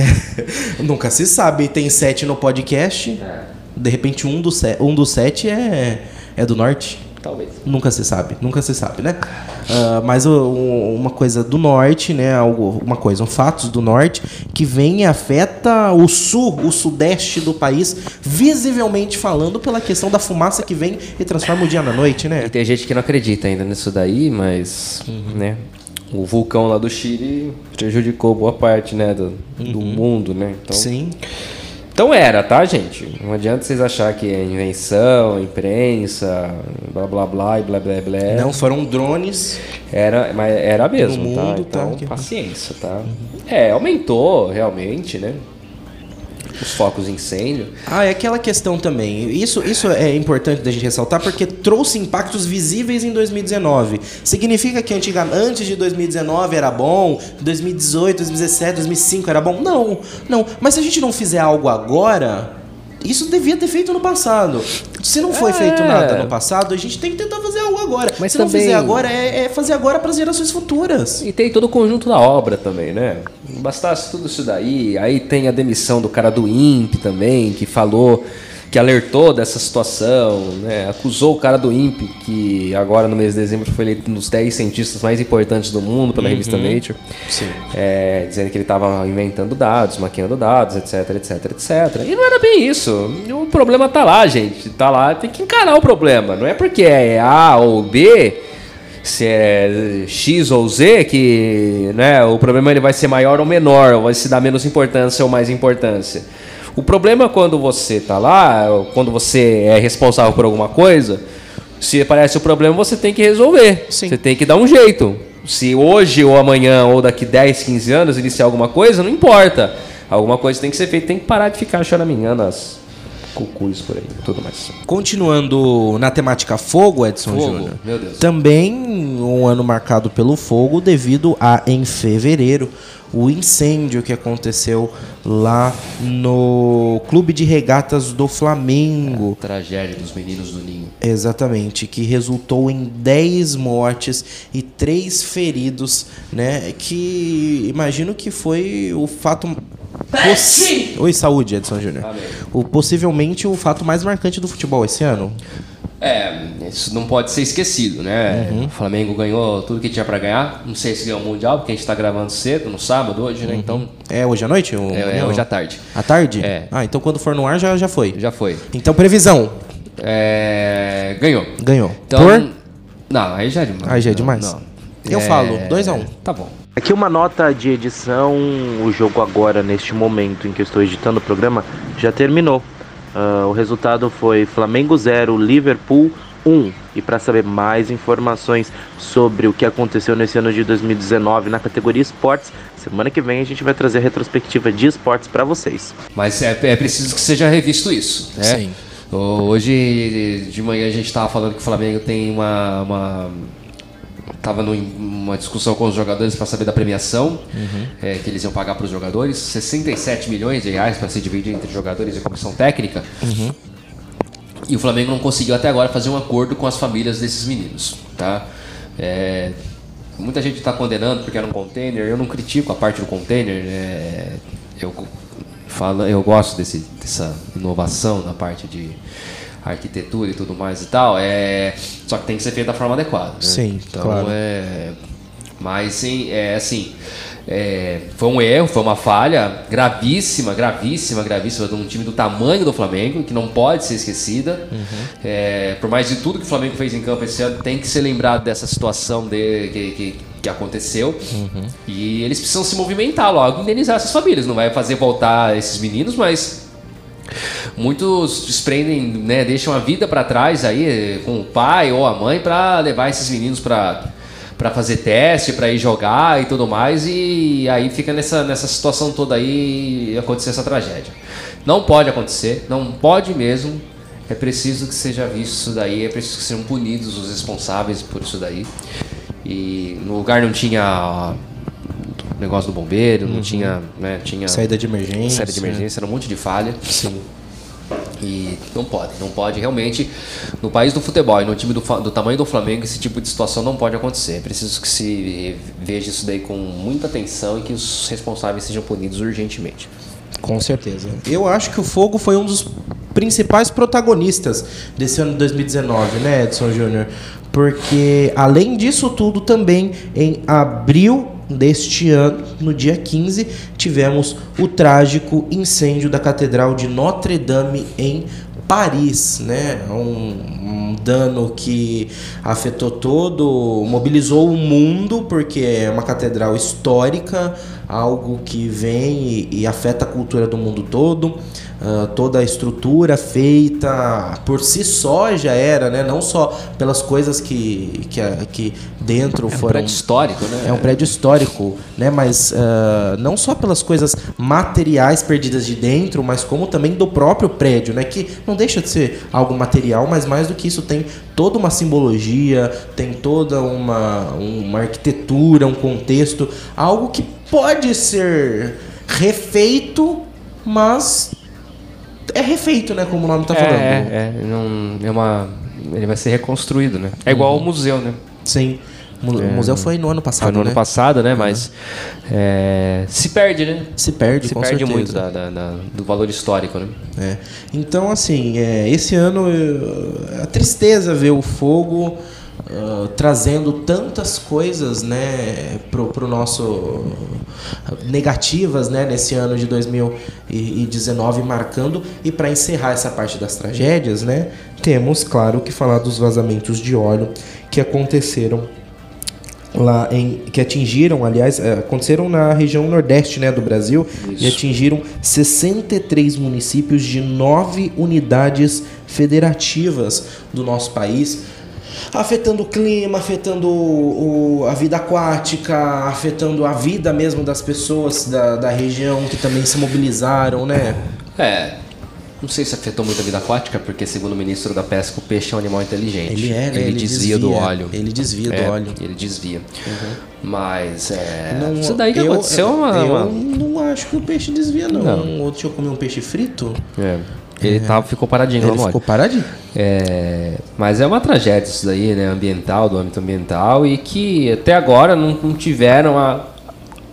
nunca se sabe tem sete no podcast
É,
de repente um dos se- um dos sete é é do norte
Talvez.
Nunca se sabe, nunca se sabe, né? Ah, mas o- o- uma coisa do norte, né? Algo, uma coisa, um fato do norte que vem e afeta o sul, o sudeste do país, visivelmente falando pela questão da fumaça que vem e transforma o dia na noite, né?
E tem gente que não acredita ainda nisso daí, mas,
Uhum.
né? O vulcão lá do Chile prejudicou boa parte, né, do, do mundo, né? Então,
Uhum. Sim.
então era, tá, gente? Não adianta vocês achar que é invenção, imprensa, blá blá blá e blá blá blá.
Não foram drones.
Era, mas era mesmo,
No
tá?
mundo, tá,
Então,
que- Uhum.
paciência, tá? É, aumentou realmente, né? Os focos de incêndio.
Ah, é aquela questão também. Isso, isso é importante da gente ressaltar porque trouxe impactos visíveis em 2019. Significa que antiga, antes de 2019 era bom, 2018, 2017, 2005 era bom? Não, não. Mas se a gente não fizer algo agora, isso devia ter feito no passado. Se não foi
É.
feito nada no passado, a gente tem que tentar fazer algo agora.
Mas
se não
também-
fizer agora, é, é fazer agora para as gerações futuras.
E tem todo o conjunto da obra também, né? Não Bastasse tudo isso daí, aí tem a demissão do cara do INPE também, que falou, que alertou dessa situação, né? Acusou o cara do INPE, que agora no mês de dezembro foi eleito um dos 10 cientistas mais importantes do mundo pela revista Nature.
Sim.
É, dizendo que ele estava inventando dados, maquiando dados, etc, etc, etc. E não era bem isso. O problema tá lá, gente. Tá lá, tem que encarar o problema. Não é porque é A ou B se é X ou Z, que né, o problema ele vai ser maior ou menor, ou vai se dar menos importância ou mais importância. O problema é quando você está lá, ou quando você é responsável por alguma coisa, se aparece o problema, você tem que resolver.
Sim.
Você tem que dar um jeito. Se hoje ou amanhã ou daqui 10, 15 anos iniciar alguma coisa, não importa. Alguma coisa tem que ser feita, tem que parar de ficar choraminhando as cucus por aí, tudo mais.
Continuando na temática fogo, Edson
Fogo,
Júnior.
meu Deus.
Também um ano marcado pelo fogo devido a, em fevereiro, o incêndio que aconteceu lá no Clube de Regatas do Flamengo.
Tragédia dos meninos do ninho.
Exatamente, que resultou em 10 mortes e 3 feridos, né? Que imagino que foi o fato. Poss... Oi, saúde, Edson Júnior. O possivelmente o fato mais marcante do futebol esse ano.
É, isso não pode ser esquecido, né?
Uhum.
O Flamengo ganhou tudo que tinha pra ganhar. Não sei se ganhou o Mundial, porque a gente tá gravando cedo, no sábado hoje, né? Então,
É hoje à noite? O-
é, é hoje à tarde.
À tarde?
É.
Ah, então quando for no ar já, já foi.
Já foi.
Então, previsão.
É, ganhou.
Ganhou.
Então,
Por?
Não, aí já é demais.
Aí já é
Não,
demais.
não. É.
Eu falo, 2x1.
Tá bom.
Aqui uma nota de edição, o jogo agora, neste momento em que eu estou editando o programa, já terminou. Ah, o resultado foi Flamengo 0, Liverpool 1. E para saber mais informações sobre o que aconteceu nesse ano de 2019 na categoria esportes, semana que vem a gente vai trazer a retrospectiva de esportes para vocês.
Mas é, é preciso que seja revisto isso, né?
Sim.
O- Hoje de manhã a gente estava falando que o Flamengo tem uma. uma tava num- numa discussão com os jogadores para saber da premiação é, que eles iam pagar para os jogadores 67 milhões de reais para se dividir entre jogadores e comissão técnica e o Flamengo não conseguiu até agora fazer um acordo com as famílias desses meninos, tá? É, muita gente está condenando porque era um container. Eu não critico a parte do container. é, eu falo, eu gosto desse- dessa inovação na parte de arquitetura e tudo mais e tal. É, só que tem que ser feito da forma adequada. né?
Sim,
então,
claro.
é, mas sim, é assim. é, foi um erro, foi uma falha gravíssima, gravíssima, gravíssima de um time do tamanho do Flamengo, que não pode ser esquecida. É, por mais de tudo que o Flamengo fez em campo esse ano, tem que ser lembrado dessa situação de- que, que- que aconteceu. E eles precisam se movimentar logo, indenizar essas famílias. Não vai fazer voltar esses meninos, mas Muitos desprendem, né, deixam a vida pra trás aí eh, com o pai ou a mãe pra levar esses meninos pra para fazer teste, pra ir jogar e tudo mais e aí fica nessa nessa situação toda aí e acontecer essa tragédia. Não pode acontecer, não pode mesmo. É preciso que seja visto isso daí, é preciso que sejam punidos os responsáveis por isso daí. E no lugar não tinha ó, negócio do bombeiro, não tinha, né, tinha
Saída de emergência.
Saída de emergência, era um monte de falha. Sim. E não pode, não pode realmente. No país do futebol e no time do, Fa- do tamanho do Flamengo, esse tipo de situação não pode acontecer. É preciso que se veja isso daí com muita atenção e que os responsáveis sejam punidos urgentemente.
Com certeza. Eu acho que o fogo foi um dos principais protagonistas desse ano de 2019, né, Edson Júnior? Porque além disso tudo, também em abril deste ano, no dia 15, tivemos o trágico incêndio da Catedral de Notre Dame em Paris, né? Um, um dano que afetou todo, mobilizou o mundo, porque é uma catedral histórica, algo que vem e, e afeta a cultura do mundo todo. Ah, toda a estrutura feita por si só já era, né? Não só pelas coisas que, que, a- que dentro
É um
foram
prédio histórico, né?
é um prédio histórico, né? Mas ah, não só pelas coisas materiais perdidas de dentro, mas como também do próprio prédio, né? Que não deixa de ser algo material, mas mais do que isso tem toda uma simbologia, tem toda uma, uma arquitetura, um contexto, algo que pode ser refeito, mas é refeito, né? Como o nome tá falando.
é, uma. Ele vai ser reconstruído, né? É
Uhum.
igual ao museu, né?
Sim. O museu foi no ano passado,
É. Foi no
né?
ano passado, né? Mas é, se perde, né?
Se perde,
Se
com
perde
certeza.
muito né? da- da- da- do valor histórico, né?
né? Então, assim, é, esse ano eu- a tristeza ver o fogo ah, trazendo tantas coisas, né, pro, pro nosso negativas, né, nesse ano de 2019 marcando e para encerrar essa parte das tragédias, né, temos claro que falar dos vazamentos de óleo que aconteceram lá em que atingiram, aliás, é, aconteceram na região nordeste, né, do Brasil, e atingiram 63 municípios de nove unidades federativas do nosso país, afetando o clima, afetando o, o- a vida aquática, afetando a vida mesmo das pessoas da, da região que também se mobilizaram, né?
É. Não sei se afetou muito a vida aquática, porque segundo o ministro da pesca, o peixe é um animal inteligente.
Ele é, né?
Ele, desvia, do óleo.
Ele desvia do
É,
óleo.
Ele desvia. Mas é.
Não,
isso daí que
eu-
aconteceu é
eu,
uma.
eu
uma-
não acho que o peixe desvia, não.
Não.
Ou deixa eu comer um peixe frito?
É. Ele tava, ficou paradinho lá
Ele
no óleo.
ficou paradinho.
É, mas é uma tragédia isso daí, né? Ambiental, do âmbito ambiental, e que até agora não, não tiveram a-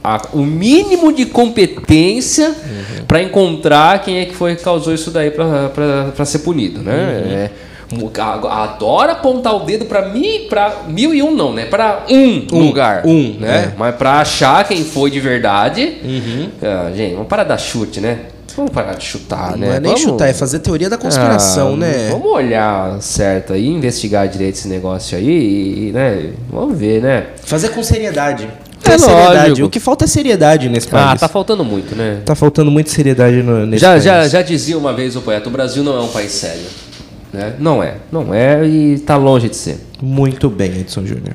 a- o mínimo de competência
Uhum.
para encontrar quem é que foi que causou isso daí para ser punido, né?
Uhum.
É, a- adora apontar o dedo para mim, para mil e um não, né? Para um, lugar,
um,
né? Mas para achar quem foi de verdade,
Uhum.
ah, gente, vamos parar de dar chute, né? Vamos parar de chutar, né?
não é nem
Vamos-
chutar, é fazer teoria da conspiração,
ah,
né?
Vamos olhar certo aí, investigar direito esse negócio aí, e, e, né? Vamos ver, né?
Fazer com seriedade.
É
Ter seriedade.
lógico.
O que falta é seriedade nesse país.
Ah, tá faltando muito, né?
Tá faltando muito seriedade no- nesse
Já,
país.
já, já dizia uma vez o poeta, o Brasil não é um país sério. Né? Não é, não é e tá longe de ser.
Muito bem, Edson Júnior.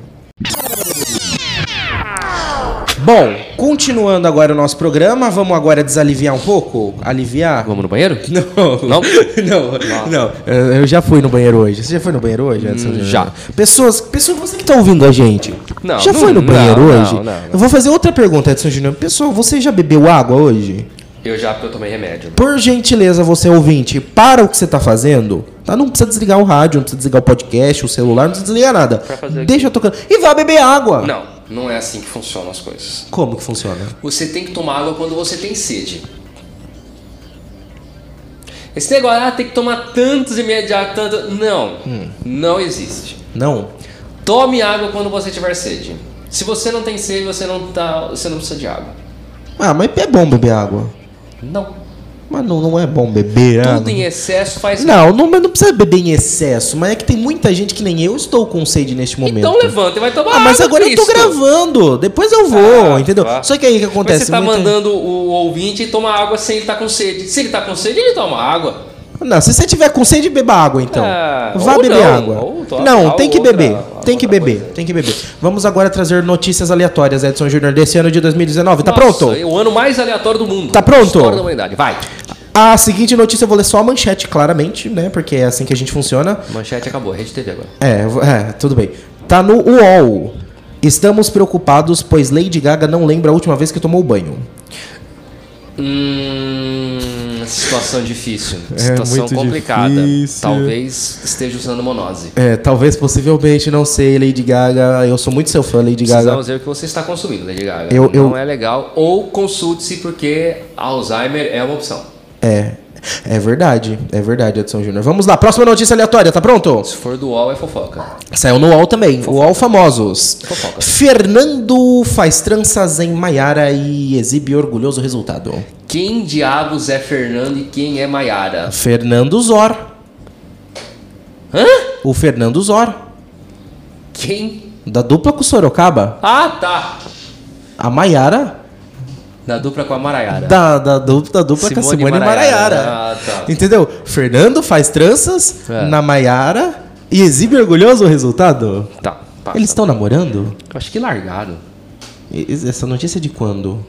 Bom, continuando agora o nosso programa, vamos agora desaliviar um pouco? Aliviar?
Vamos no banheiro?
Não.
Não? Ah,
não, não. Eu eu já fui no banheiro hoje. Você já foi no banheiro hoje, Edson? Júnior?
Hum, já.
Pessoas, pessoas, você que tá ouvindo a gente.
Não,
Já
não-
foi no
não,
banheiro
não,
hoje?
não, não.
Eu vou fazer outra pergunta, Edson Júnior. Pessoal, você já bebeu água hoje?
Eu já, porque eu tomei remédio.
Por gentileza, você ouvinte, para o que você tá fazendo. Tá? Não precisa desligar o rádio, não precisa desligar o podcast, o celular, não precisa desligar nada. Deixa tocando. E vai beber água.
Não, não é assim que funcionam as coisas.
Como que funciona?
Você tem que tomar água quando você tem sede. Esse negócio, ah, tem que tomar tantos imediatos, ah, tanto. Não,
Hum.
não existe.
Não.
Tome água quando você tiver sede. Se você não tem sede, você não, tá, você não precisa de água.
Ah, mas é bom beber água.
Não.
Mas não, não é bom beber água.
Tudo em excesso faz mal.
Não, não, mas não precisa beber em excesso, mas é que tem muita gente que nem eu estou com sede neste momento.
Então levanta e vai tomar
Ah, mas
água,
agora eu tô
Cristo.
gravando, depois eu vou,
Ah,
entendeu?
vá.
Só que aí o que
Mas
acontece? é
você tá
Muita-
mandando o ouvinte tomar água sem ele estar com sede. Se ele tá com sede, ele toma água.
Não, se você tiver com sede, beba água então.
Ah,
Vá
ou
beber
não, ou
água.
toma
Não,
tal
tem que
outra-
beber. tem que
outra
beber,
coisa.
tem que beber. Vamos agora trazer notícias aleatórias, Edson Júnior, desse ano de 2019. Tá
Nossa,
pronto?
é O ano mais aleatório do mundo.
Tá pronto?
História da humanidade. Vai.
A seguinte notícia eu vou ler só a manchete, claramente, né? Porque é assim que a gente funciona.
Manchete acabou. Rede TV agora.
É, eu vou- é, tudo bem. Tá no UOL. Estamos preocupados, pois Lady Gaga não lembra a última vez que tomou banho.
Hum, situação difícil. situação
É muito
complicada.
difícil.
Talvez esteja usando monose.
É, talvez, possivelmente, não sei, Lady Gaga. Eu sou muito seu fã, Lady Gaga.
Precisamos ver o que você está consumindo, Lady Gaga.
Eu- eu-
Não é legal. Ou consulte-se porque Alzheimer é uma opção.
É, é verdade, é verdade, Edson Júnior. Vamos lá, próxima notícia aleatória, tá pronto?
Se for do UOL, é fofoca.
Saiu no UOL também, UOL Famosos.
Fofoca.
Fernando faz tranças em Maiara e exibe orgulhoso resultado.
Quem diabos é Fernando e quem é Maiara?
Fernando Zor.
Hã?
O Fernando Zor,
Quem?
da dupla com Sorocaba.
Ah, tá!
A Maiara
Na dupla com a Maraiara.
Da, da, du- da dupla com a
Simone
Simone Maraiara.
Maraiara. Ah, tá.
Entendeu? Fernando faz tranças
É.
na Maiara e exibe orgulhoso o resultado.
Tá, passa.
Eles estão namorando?
Acho que largaram.
E- e- Essa notícia é de quando?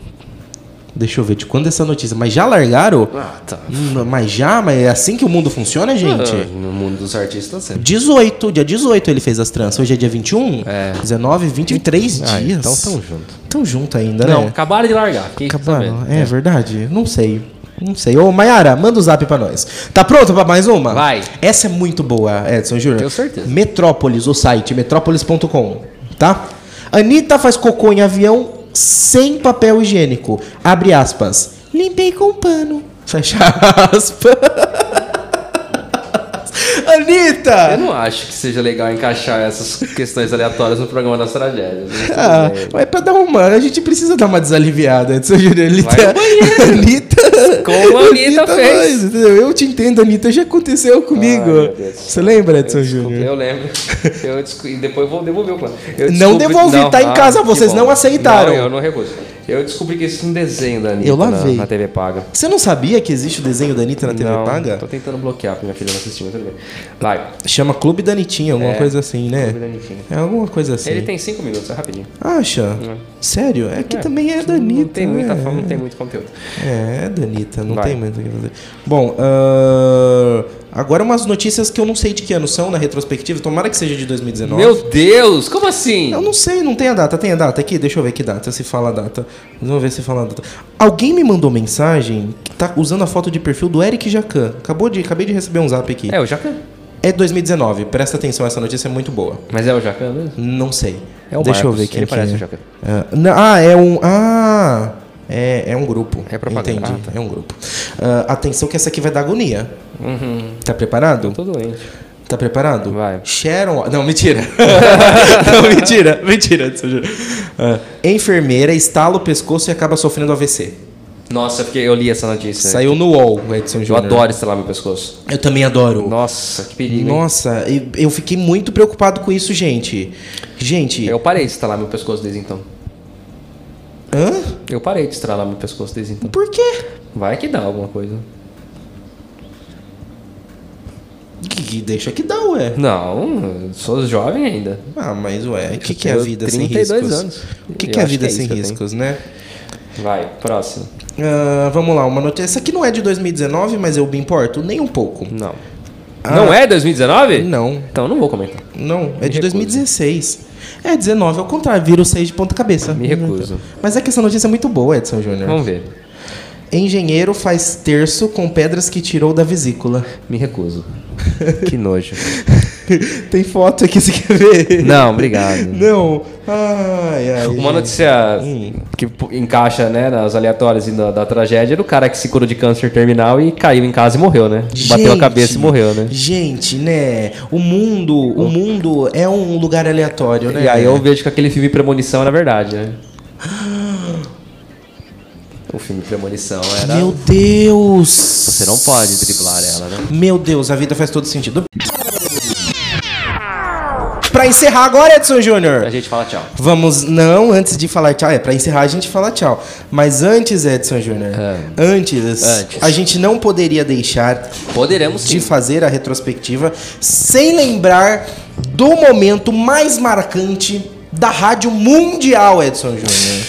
Deixa eu ver, de quando é essa notícia? Mas já largaram?
Ah, tá. Ah,
Hum, Mas já? Mas é assim que o mundo funciona, gente?
No mundo dos artistas, tá sempre.
18, dia 18 ele fez as tranças. Hoje é dia 21? É. 19, 23
Ah,
dias.
então tão junto.
Tão junto ainda,
Não,
né?
acabaram de largar. Fiquei
Mano,
sabendo.
é, verdade. Não sei. Não sei. Ô, Mayara, manda o zap pra nós. Tá pronto pra mais uma?
Vai.
Essa é muito boa, Edson Júnior.
Tenho certeza.
Metrópolis, o site, metrópolis.com, tá? Anitta faz cocô em avião sem papel higiênico. Abre aspas. Limpei com pano. Fecha aspas. Anitta!
Eu não acho que seja legal encaixar essas questões aleatórias no programa das tragédias. né? Não sei
Ah,
bem.
mas pra dar uma. A gente precisa dar uma desaliviada.
Vai
Anitta.
no banheiro.
Anitta.
Como a Anitta fez.
faz, entendeu? eu te entendo, Anitta. Já aconteceu
Ai,
comigo.
meu Deus.
Você lembra, Edson
Eu desculpa,
Júnior?
Eu lembro. Eu descu- e depois vou devolver o plano. Eu
Não
descobri-
devolvi, tá em casa,
que
vocês
bom.
não aceitaram.
Não, eu não recuso. Eu descobri que existe um desenho da Anitta
Eu
na,
lavei.
na TV Paga.
Você não sabia que existe o desenho da Anitta na TV
não,
Paga?
Tô tentando bloquear pra minha filha não assistir, mas tudo bem. Vai.
Chama Clube da Anitinha, alguma coisa assim, né?
É, Clube da Anitinha.
É alguma coisa assim.
Ele tem cinco minutos, é rapidinho.
Acha? Sério? É que
É,
também é da
não-
Anitta.
Não tem muita
né?
fama, não tem muito conteúdo.
É, é da Anitta, não
Vai.
tem muito o que fazer. Bom, ahn, agora umas notícias que eu não sei de que ano são na retrospectiva, tomara que seja de 2019.
Meu Deus, como assim?
Eu não sei, não tem a data. Tem a data aqui? Deixa eu ver que data, se fala a data. Vamos ver se fala a data. Alguém me mandou mensagem que tá usando a foto de perfil do Eric Jacan. Acabou de, acabei de receber um zap aqui.
É o Jacan.
É 2019, presta atenção, essa notícia é muito boa.
Mas é o Jacan mesmo?
Não sei.
É o
Deixa eu
Marcos,
ver quem
ele
que
parece
é.
o Jacan.
Ah, na- ah, é um. Ah! É, é um grupo.
É propaganda.
Entendi.
Ah,
É um grupo. Ah, atenção que essa aqui vai dar agonia.
Uhum.
Tá preparado?
Tô doente.
Tá preparado?
Vai.
Sharon. Não, mentira. Não, mentira. Mentira. disso eu juro. Ah, enfermeira estala o pescoço e acaba sofrendo AVC.
Nossa, porque eu li essa notícia.
Saiu né? no UOL, o Edson
Eu
Júnior.
adoro estelar meu pescoço.
Eu também adoro.
Nossa, que perigo. hein?
Nossa, eu- eu fiquei muito preocupado com isso, gente. Gente.
Eu parei de estralar meu pescoço desde então.
Hã?
Eu parei de estralar meu pescoço desde então.
Por quê?
Vai que dá alguma coisa.
Que, que deixa que dá, ué.
Não, eu sou jovem ainda.
Ah, mas ué, o que, que é a
tenho
vida sem
32
riscos?
anos.
O que,
Eu
que é a
acho
vida
que é
sem
isso que eu
riscos, né?
Vai, próximo.
Ah, vamos lá, uma notícia. Essa aqui não é de 2019, mas eu me importo nem um pouco.
Não. Não é 2019?
Não,
Então eu não vou comentar.
não, é de
recuso.
2016. É 19, ao contrário, vira o 6 de ponta cabeça.
Me recuso.
Mas é que essa notícia é muito boa, Edson Júnior.
Vamos ver.
Engenheiro faz terço com pedras que tirou da vesícula.
Me recuso. que nojo.
Tem foto aqui, você quer ver?
Não, obrigado.
Não. Hum. Ai, ai.
Uma
gente.
notícia que p- encaixa né, nas aleatórias e na- da tragédia é do cara que se curou de câncer terminal e caiu em casa e morreu, né? Bateu a
Gente,
cabeça e morreu, né?
Gente, né? O mundo, o mundo é um lugar aleatório, né?
E aí eu vejo que aquele filme Premonição era verdade, né? O filme Premonição era. um-
Meu Deus! Você
Você não pode driblar ela, né?
Meu Deus, a vida faz todo sentido. Pra encerrar agora, Edson
A
Júnior.
gente fala tchau.
Vamos, não, antes de falar tchau, é, pra encerrar a gente fala tchau. Mas antes, Edson Júnior,
Ah.
antes,
Antes.
a gente não poderia deixar
Poderemos sim.
de fazer a retrospectiva sem lembrar do momento mais marcante da rádio mundial, Edson Júnior.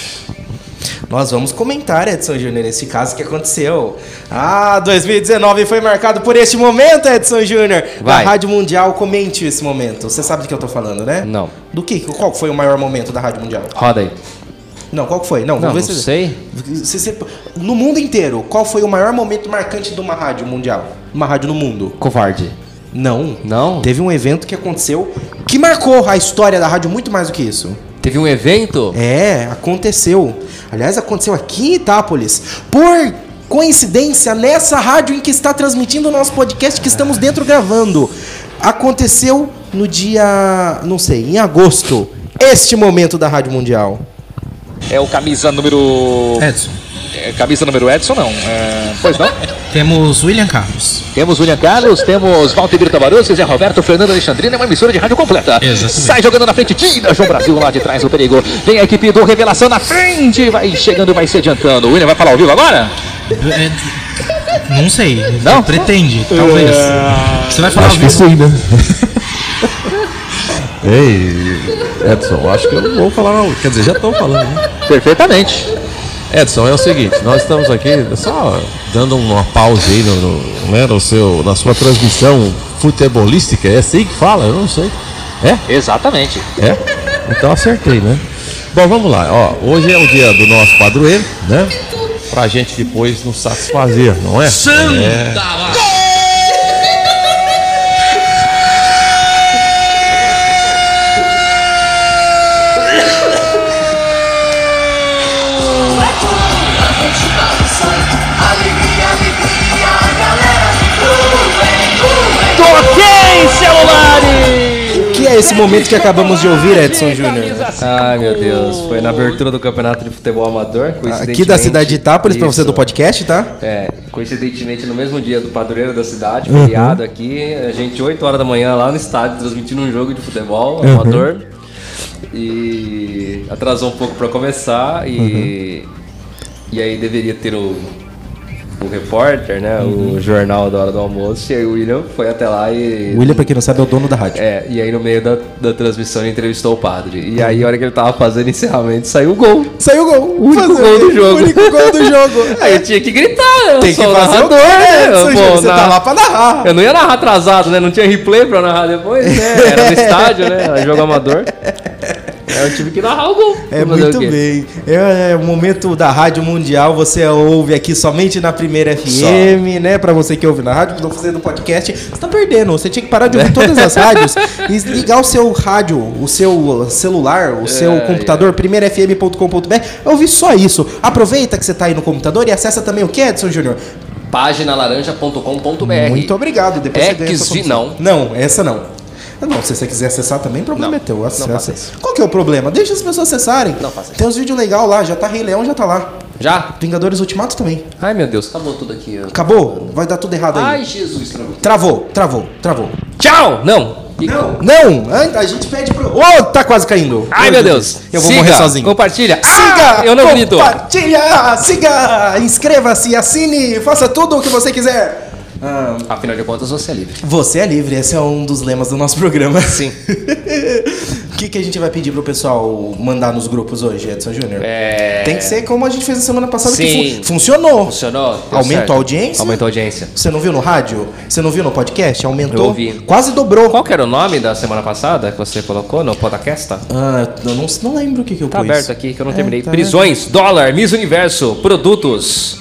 Nós vamos comentar, Edson Júnior, esse caso que aconteceu. Ah, 2019 foi marcado por este momento, Edson Júnior. Da
Vai.
Rádio Mundial, comente esse momento. Você sabe do que eu tô falando, né?
Não.
Do que? Qual foi o maior momento da Rádio Mundial?
Roda aí.
Não, qual que foi? Não,
Não,
vamos ver
não
se...
sei.
Se você- No mundo inteiro, qual foi o maior momento marcante de uma rádio mundial? Uma rádio no mundo?
Covarde.
Não.
Não?
Teve um evento que aconteceu que marcou a história da rádio muito mais do que isso.
Teve um evento?
É, aconteceu. Aliás, aconteceu aqui em Itápolis. Por coincidência, nessa rádio em que está transmitindo o nosso podcast que estamos dentro gravando. Aconteceu no dia, não sei, em agosto. Este momento da Rádio Mundial.
É o camisa número.
Edson,
é, Camisa número Edson, não. É, Pois não?
temos William Carlos.
temos William Carlos, temos Valtemiro Tabaruzzi, Zé Roberto, Fernando Alexandrino, é uma emissora de rádio completa.
Exatamente.
Sai jogando na frente, tira João Brasil lá de trás do perigo. Vem a equipe do Revelação na frente, vai chegando, vai se adiantando. O William vai falar ao vivo agora?
É, não sei.
Não?
Pretende, talvez. Você vai falar ao vivo?
sim, né? Ei, Edson, acho que eu não vou falar não. Quer dizer, já estou falando, né?
Perfeitamente.
Edson, é o seguinte, nós estamos aqui só dando uma pausa aí no, no- né, no seu, na sua transmissão futebolística. É assim que fala? Eu não sei. É?
Exatamente.
É? Então acertei, né? Bom, vamos lá. Ó, hoje é o dia do nosso padroeiro, né? Pra gente depois nos satisfazer, não é?
Ok!
esse momento que acabamos de ouvir, Edson Júnior?
Ai, meu Deus. Foi na abertura do Campeonato de Futebol Amador.
Aqui da cidade de Itápolis, pra você
Isso.
do podcast, tá?
É, coincidentemente no mesmo dia do padroeiro da cidade,
Uhum.
feriado aqui, a gente 8 horas da manhã lá no estádio transmitindo um jogo de futebol
Uhum.
amador. E atrasou um pouco pra começar e
Uhum.
e aí deveria ter o o repórter, né,
Uhum.
o jornal da hora do almoço, e aí o William foi até lá e
O William, pra quem não sabe, é o dono da rádio.
é, e aí no meio da, da transmissão ele entrevistou o padre.
Uhum.
E aí a hora que ele tava fazendo encerramento, saiu o gol.
Saiu o gol. O
único gol do jogo.
O único gol do jogo.
Aí eu tinha que gritar, eu
Tem que
sou o
fazer o gol,
narrador,
né?
Eu,
Edson
pô,
Júnior? Você tá
na-
lá pra narrar.
Eu não ia narrar atrasado, né? Não tinha replay pra narrar depois, né? Era no estádio, né? Era jogo amador. Aí eu tive que narrar o gol.
É
Fazer o
muito
quê?
bem. É, é o momento da Rádio Mundial. Você ouve aqui somente na primeira FM, né? Pra você que ouve na rádio, não fazer no podcast, você tá perdendo. Você tinha que parar de ouvir todas as rádios e ligar o seu rádio, o seu celular,
É,
o seu computador, primeirafm.com.br. Eu ouvi É só isso. Aproveita que você tá aí no computador e acessa também o que, Edson Júnior?
Paginalaranja.com.br
Muito obrigado. Depois você ganha
Ex-
essa solução. Não, essa não. Não, se você quiser acessar também, problema é teu. Acessa. Qual que é o problema? Deixa as pessoas acessarem.
Não faça isso.
Tem uns vídeos legais lá, já tá Rei Leão, já tá lá.
Já?
Vingadores Ultimato também.
Ai, meu Deus, acabou tudo aqui. eu-
Acabou? Vai dar tudo errado aí.
Ai, Jesus. travou.
Travou, travou, travou.
Tchau! Não! E-
Não! A a gente pede pro. Ô, tá quase caindo!
Ai, meu Deus.
Eu vou
Siga,
morrer sozinho.
Compartilha.
Siga!
Ah, eu não grito.
Compartilha! Siga! Inscreva-se, assine, faça tudo o que você quiser! Ah,
Afinal de contas, você é livre.
Você é livre, esse é um dos lemas do nosso programa. Sim. O que, que a gente vai pedir pro pessoal mandar nos grupos hoje, Edson Júnior?
É...
Tem que ser como a gente fez na semana passada, que
Sim.
fu- funcionou.
Funcionou. deu
Aumentou
certo.
a audiência?
Aumentou a audiência.
Você não viu no rádio? Você não viu no podcast? Aumentou?
Eu ouvi.
Quase dobrou.
Qual que era o nome da semana passada que você colocou no podcast? Tá
Ah, eu não, não lembro o que, que eu pus.
aberto aqui que eu não
É,
terminei.
tá
Prisões, dólar, Miss Universo, produtos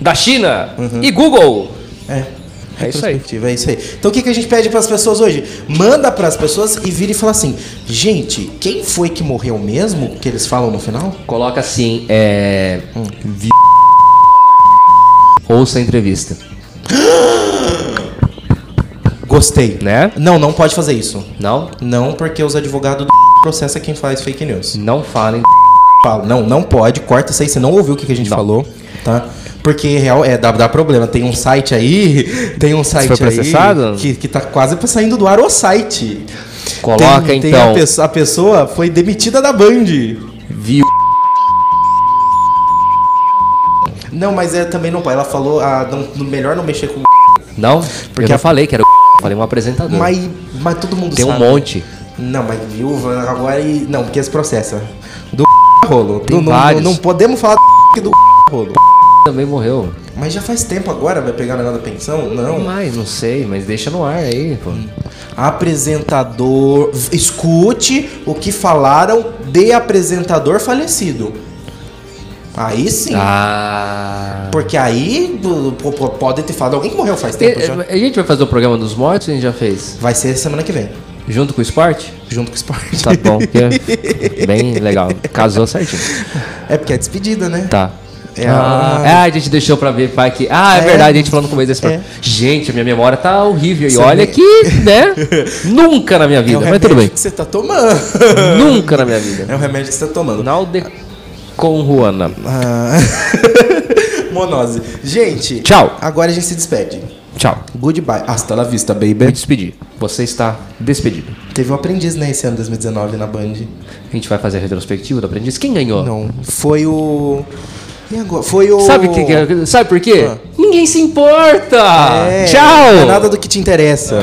da China
Uhum.
e Google.
É.
É isso aí.
Retrospectiva, É isso aí. Então o que, que a gente pede pras pessoas hoje? Manda pras pessoas e vira e fala assim: gente, quem foi que morreu mesmo? Que eles falam no final?
Coloca assim, é.
Hum.
vi- Ouça a entrevista.
Gostei.
Né?
Não, não pode fazer isso.
Não?
Não, porque os advogados do processa quem faz fake news.
Não falem.
Fala, não, não pode, corta isso aí, você não ouviu o que, que a gente falou, tá? Porque real é dá, dá problema. Tem um site aí, tem um site
foi
aí
processado?
que que tá quase saindo do ar o site.
Coloca
Tem- tem
então.
a, pesso- a pessoa foi demitida da Band.
Viu?
Não, mas é também não pode. Ela falou, ah, não- melhor não mexer com.
Não?
Porque
eu
a-
não falei que era o. Falei um apresentador.
Mas, mas todo mundo
Tem um
sabe.
monte.
Não, mas viúva agora e. Não, porque eles processa. Do rolo.
Tem
Não- não,
vários.
não podemos falar do, do rolo.
Também morreu.
Mas já faz tempo agora, vai pegar o negócio da pensão?
Não
Não. Hum.
mais, não sei, mas deixa no ar aí, pô.
Apresentador. Escute o que falaram de apresentador falecido. Aí sim.
Ah.
Porque aí do- po- po- pode ter falado alguém que morreu faz tempo já.
A gente vai fazer o programa dos mortos ou a gente já fez?
Vai ser semana que vem,
Junto com o esporte?
junto com o esporte.
Tá bom, que é bem legal. Casou certinho.
É porque é despedida, né?
Tá.
É
ah,
a-
é, a gente deixou pra ver, pai, que. Ah, é,
É.
verdade, a gente falou no começo desse
É.
programa. Gente, a minha memória tá horrível. E
Você
olha
nem-
que, né? Nunca na minha
É
vida,
o
mas tudo bem.
que você tá tomando.
Nunca na minha vida.
É o remédio que você tá tomando.
Nalde com Juana.
Ah. Monose. Gente,
Tchau.
Agora a gente se despede.
Tchau.
Goodbye. Hasta la vista,
Me
baby.
despedi. Você está despedido.
Teve um aprendiz, né, esse ano 2019 na Band.
A gente vai fazer a retrospectiva do aprendiz. Quem ganhou?
Não, foi o. E agora? Foi o.
Sabe, o que, que é- sabe por quê?
Ah.
Ninguém se importa!
É,
Tchau!
Não é nada do que te interessa.